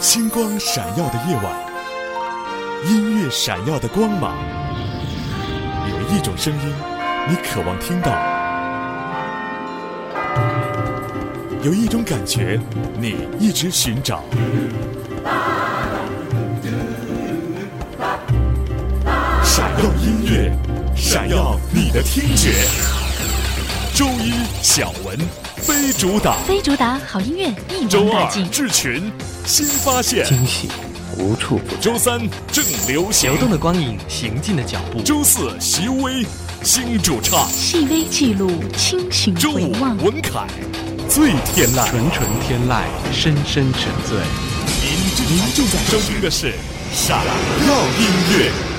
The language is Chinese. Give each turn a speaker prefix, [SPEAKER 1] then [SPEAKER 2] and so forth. [SPEAKER 1] 星光闪耀的夜晚，音乐闪耀的光芒，有一种声音，你渴望听到；有一种感觉，你一直寻找。闪耀音乐，闪耀你的听觉。周一，小文非主打；
[SPEAKER 2] 非主打好音乐，一
[SPEAKER 1] 周
[SPEAKER 2] 网打
[SPEAKER 1] 二
[SPEAKER 2] 尽，。
[SPEAKER 1] 志群新发现；
[SPEAKER 3] 惊喜无处不在，
[SPEAKER 1] 周三正流行
[SPEAKER 3] 流；动的光影，行进的脚步，
[SPEAKER 1] 周四席薇新主唱；
[SPEAKER 2] 细微记录，清醒
[SPEAKER 1] 周
[SPEAKER 2] 回
[SPEAKER 1] 五
[SPEAKER 2] 望。
[SPEAKER 1] 文凯最天籁。
[SPEAKER 3] 纯纯天籁，深深沉醉。
[SPEAKER 1] 您您正在收听的是闪耀音乐。